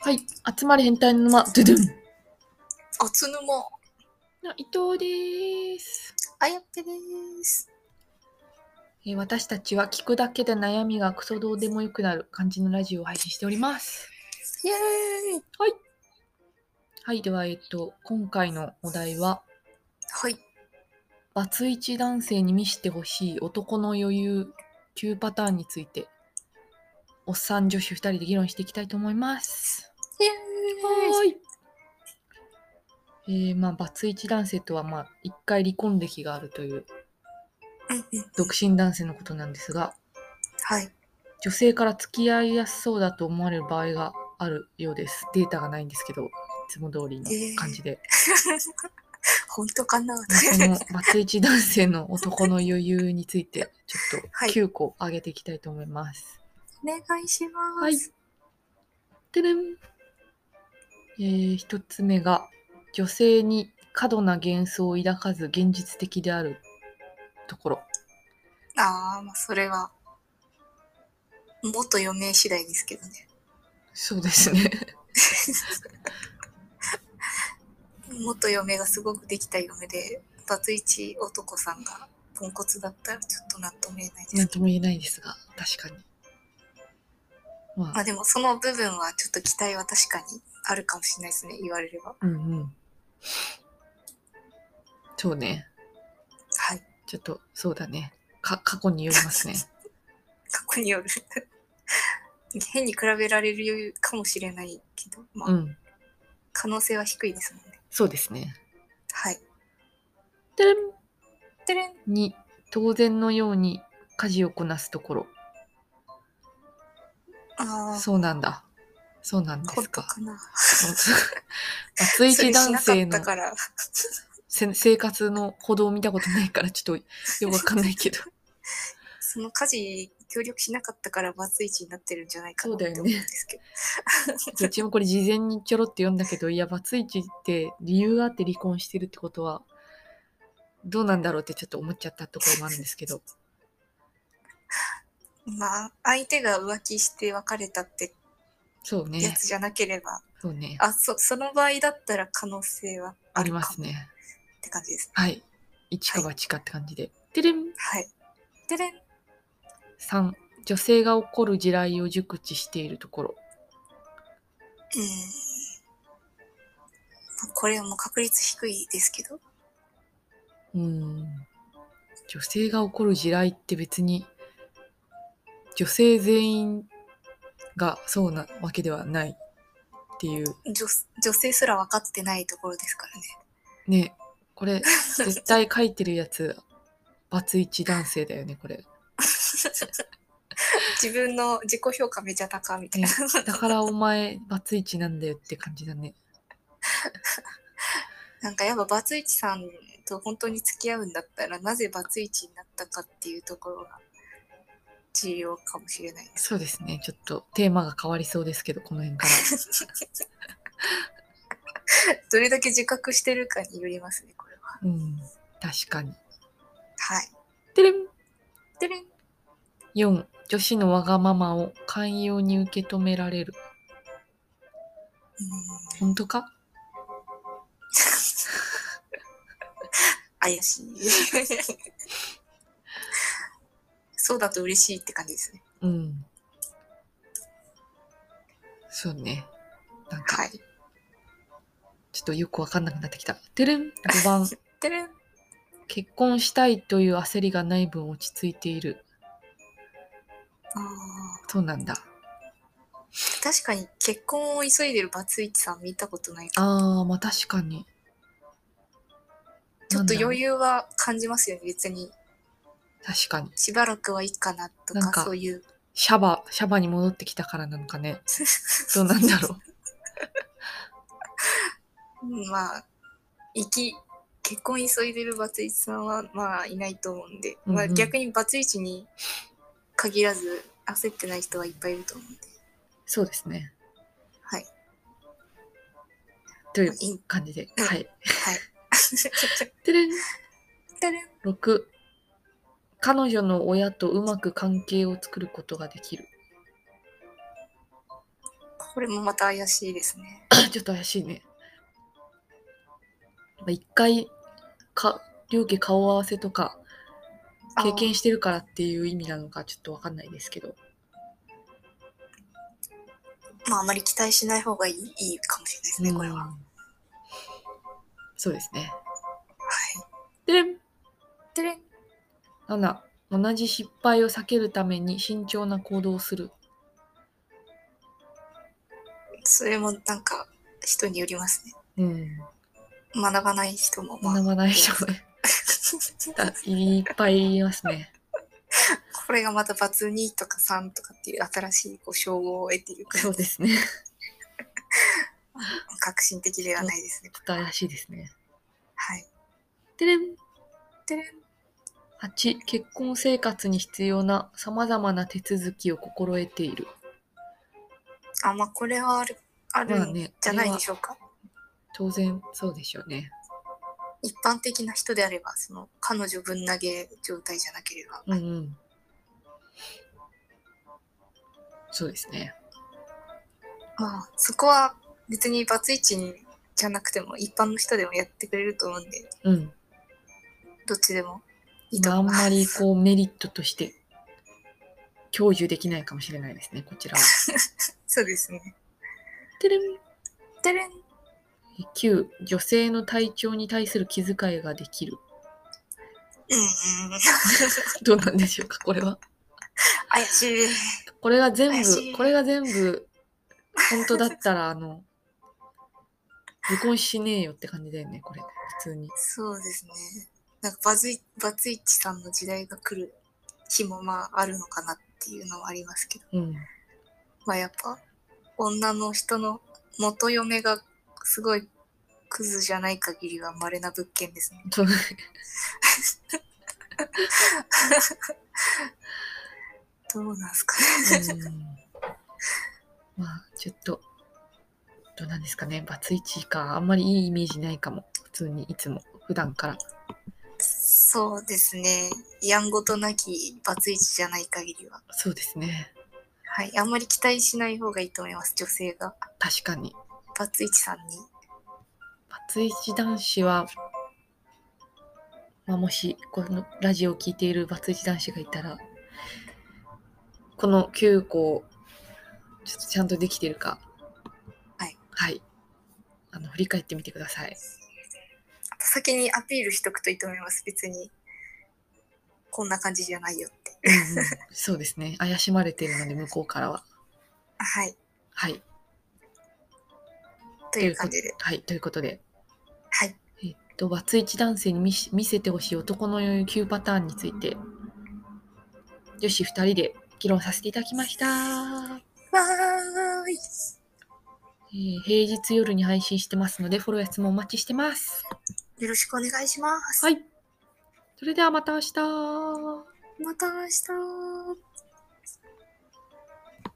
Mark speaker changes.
Speaker 1: はい。集まれ変態の沼、ドゥドゥン。
Speaker 2: あつぬま、
Speaker 1: の伊藤です、
Speaker 2: あやっぺです。
Speaker 1: えー私たちは聞くだけで悩みがクソどうでもよくなる感じのラジオを配信しております。
Speaker 2: イエーイ
Speaker 1: はい。では、えっと、今回のお題は、
Speaker 2: はい。
Speaker 1: バツイチ男性に見せてほしい男の余裕9パターンについて、おっさん女子2人で議論していきたいと思います。
Speaker 2: イエーイ
Speaker 1: い。えー、まあ、バツイチ男性とは、まあ、一回離婚歴があるという
Speaker 2: うんうん
Speaker 1: 独身男性のことなんですが、
Speaker 2: はい。
Speaker 1: 女性から付き合いやすそうだと思われる場合があるようです。データがないんですけど、いつも通りの感じで。
Speaker 2: 本当かな
Speaker 1: このバツイチ男性の男の余裕について、ちょっ
Speaker 2: はい
Speaker 1: と9個上げていきたいと思います。
Speaker 2: お願いします。
Speaker 1: はい。てれん。えー、1つ目が、女性に過度な幻想を抱かず現実的であるところ。
Speaker 2: ああ、まあそれは、元余命次第ですけどね。
Speaker 1: そうですね。
Speaker 2: 元余命がすごくできた嫁で、バツイチ男さんがポンコツだったらちょっと納得えない で
Speaker 1: なん
Speaker 2: す。
Speaker 1: とも言えないですが、確かに。ま
Speaker 2: ま
Speaker 1: あ
Speaker 2: あ、でもその部分はちょっと期待は確かにあるかもしれないですね、言われれば。
Speaker 1: うんうん。そうね。
Speaker 2: はい。
Speaker 1: ちょっと、そうだね。か、過去により ますね。
Speaker 2: 過去による変に比べられる余裕かもしれないけど、まあ
Speaker 1: うん。
Speaker 2: 可能性は低いですもんね
Speaker 1: そうですね。
Speaker 2: はい
Speaker 1: てれん
Speaker 2: てれん
Speaker 1: に、当然のように家事をこなすところ。
Speaker 2: ああ
Speaker 1: そうなんだ。そうなんで
Speaker 2: 本
Speaker 1: す
Speaker 2: 当
Speaker 1: か。
Speaker 2: かな
Speaker 1: そうそう バツイ
Speaker 2: それ
Speaker 1: チ
Speaker 2: し
Speaker 1: 男
Speaker 2: なか
Speaker 1: 性
Speaker 2: っ
Speaker 1: の
Speaker 2: たから
Speaker 1: せ生活の歩道を見たことないから、ちょっとよくわかんない けど。
Speaker 2: その家事協力しなかったからバツイチになってるんじゃないかな
Speaker 1: そうだよね
Speaker 2: って思うんですけど
Speaker 1: うちもこれ事前にちょろって読んだけど、いや、バツイチって理由があって離婚してるってことは、どうなんだろうってちょっと思っちゃったところもあるんですけど。
Speaker 2: まあ相手が浮気して別れたって
Speaker 1: そう
Speaker 2: や
Speaker 1: ね。
Speaker 2: つじゃなければ、
Speaker 1: そうね。
Speaker 2: あそその場合だったら可能性は
Speaker 1: あ
Speaker 2: あ
Speaker 1: り
Speaker 2: るか
Speaker 1: ま
Speaker 2: も
Speaker 1: すね。
Speaker 2: って感じです
Speaker 1: はい。一か八かって感じで。てれん。
Speaker 2: はいてれん
Speaker 1: 3、女性が起こる地雷を熟知しているところ。
Speaker 2: うんまあこれはもう確率低いですけど、
Speaker 1: うーん。女性が起こる地雷って別に、女性全員がそうなわけではないっていう。
Speaker 2: 女女性すら分かってないところですからね。
Speaker 1: ね、これ、絶対書いてるやつ、バツイチ男性だよね、これ。
Speaker 2: 自分の自己評価めちゃ高みたいな。
Speaker 1: だからお前、バツイチなんだよって感じだね。
Speaker 2: なんかやっぱバツイチさんと本当に付き合うんだったら、なぜバツイチになったかっていうところが重要かもしれない です。
Speaker 1: そうですね、ちょっとテーマが変わりそうですけど、この辺から。
Speaker 2: どれだけ自覚してるかによりますね、これは。
Speaker 1: うん、確かに。
Speaker 2: はい。
Speaker 1: てれん
Speaker 2: でれん
Speaker 1: 4女子のわがままを寛容に受け止められる本当か
Speaker 2: 怪 しい。そうだと嬉しいって感じですね。
Speaker 1: うんそうねなんか
Speaker 2: はい。
Speaker 1: ちょっとよくわかんなくなってきたてれん5番
Speaker 2: でれん
Speaker 1: 結婚したいという焦りがない分落ち着いている
Speaker 2: あー
Speaker 1: そうなんだ
Speaker 2: 確かに結婚を急いでるバツイチさん見たことないから
Speaker 1: あーまあ確かに
Speaker 2: ちょっ
Speaker 1: な
Speaker 2: と
Speaker 1: んだろう
Speaker 2: 余裕は感じますよね別に
Speaker 1: 確かに
Speaker 2: しばらくはいいかなとか
Speaker 1: なんか
Speaker 2: そういう
Speaker 1: シャバシャバに戻ってきたからなのか ねどうなんだろ
Speaker 2: うまあ行き結婚急いでるバツイチさんはまあいないと思うんで、ま
Speaker 1: う
Speaker 2: あ、
Speaker 1: んうん
Speaker 2: 逆にバツイチに限らず焦ってない人はいっぱいいると思うんで
Speaker 1: うそうですね
Speaker 2: はい
Speaker 1: という
Speaker 2: いい
Speaker 1: 感じで
Speaker 2: うん
Speaker 1: はい
Speaker 2: はい
Speaker 1: てれん
Speaker 2: だれん
Speaker 1: 6彼女の親とうまく関係を作ることができる
Speaker 2: これもまた怪しいですね。
Speaker 1: ちょっと怪しいね。まあ一回か、両家顔合わせとか経験してるからっていう意味なのかちょっとわかんないですけど。
Speaker 2: あーまあ、あまり期待しない方がいいいいかもしれないですね、これは。
Speaker 1: う
Speaker 2: は
Speaker 1: んそうですね。
Speaker 2: い。
Speaker 1: でれん
Speaker 2: でれん
Speaker 1: 7同じ失敗を避けるために慎重な行動をする。
Speaker 2: それもなんか人によりますね。
Speaker 1: うん。
Speaker 2: 学ばない人も、まあ
Speaker 1: 学ばない人が いっぱいいますね。
Speaker 2: これがまたバツ2とか3とかっていう新しいこう称号を得ていく
Speaker 1: そうです ね。
Speaker 2: 革新的ではないですね
Speaker 1: ちょ。っと怪しいですね。
Speaker 2: はい。
Speaker 1: でれん
Speaker 2: でれん
Speaker 1: 8結婚生活に必要なさまざまな手続きを心得ている。
Speaker 2: あ、まあこれはあるあ
Speaker 1: まあ
Speaker 2: るん
Speaker 1: ね、
Speaker 2: じゃないで
Speaker 1: こ
Speaker 2: しょうか。
Speaker 1: れは当然そうでしょうね。
Speaker 2: 一般的な人であれば、その彼女ぶん投げ状態じゃなければ、
Speaker 1: うんうん。そうですね。
Speaker 2: まあそこは別にバツ1にじゃなくても一般の人でもやってくれると思うんで、
Speaker 1: うん。
Speaker 2: どっちでもいいと
Speaker 1: 今あ
Speaker 2: 思い
Speaker 1: ん
Speaker 2: ます。
Speaker 1: まりこうメリットとして享受できないかもしれないですね、こち らは。
Speaker 2: そうですね。
Speaker 1: てれん
Speaker 2: でれん
Speaker 1: 9女性の体調に対する気遣いができる。
Speaker 2: うんうんうん。
Speaker 1: どうなんでしょうか、これは。
Speaker 2: 怪しい。
Speaker 1: これが全
Speaker 2: 怪しい
Speaker 1: 部、これが全部、本当だったら、あの、離婚しねえよって感じだよね、これ。普通に。
Speaker 2: そうですね。なんかバズイ、バツイチさんの時代が来る日もまああるのかなっていうのはありますけど、
Speaker 1: うん。
Speaker 2: まあやっぱ女の人の元嫁がすごいクズじゃない限りは稀な物件ですね。
Speaker 1: そう
Speaker 2: どうなんすかね。
Speaker 1: うんまあちょっとどうなんですかねバツイチかあんまりいいイメージないかも普通にいつも普段から
Speaker 2: そうですね。やんごとなきバツイチじゃない限りは。
Speaker 1: そうですね
Speaker 2: はい。あんまり期待しない方がいいと思います。女性が。
Speaker 1: 確かに
Speaker 2: バツイチさんに。
Speaker 1: バツイチ男子は、まあ、もしこのラジオを聞いているバツイチ男子がいたらこの9個をちょっとちゃんとできてるか
Speaker 2: はい、
Speaker 1: はい、あの振り返ってみてくだ さい
Speaker 2: 先にアピールしとくといいと思います。別に。こんな感じじゃないよって。
Speaker 1: うんうんそうですね怪しまれているので向こうからは
Speaker 2: はい。
Speaker 1: はい
Speaker 2: という感じで。
Speaker 1: はい、ということで、
Speaker 2: はい。
Speaker 1: えっと、バツイチ男性に見し見せてほしい男の余裕9パターンについて、女子2人で議論させていただきました。
Speaker 2: わーい。
Speaker 1: えー平日夜に配信してますので、フォローや質問お待ちしてます。
Speaker 2: よろしくお願いします。
Speaker 1: はい。それではまた明日。
Speaker 2: また明日。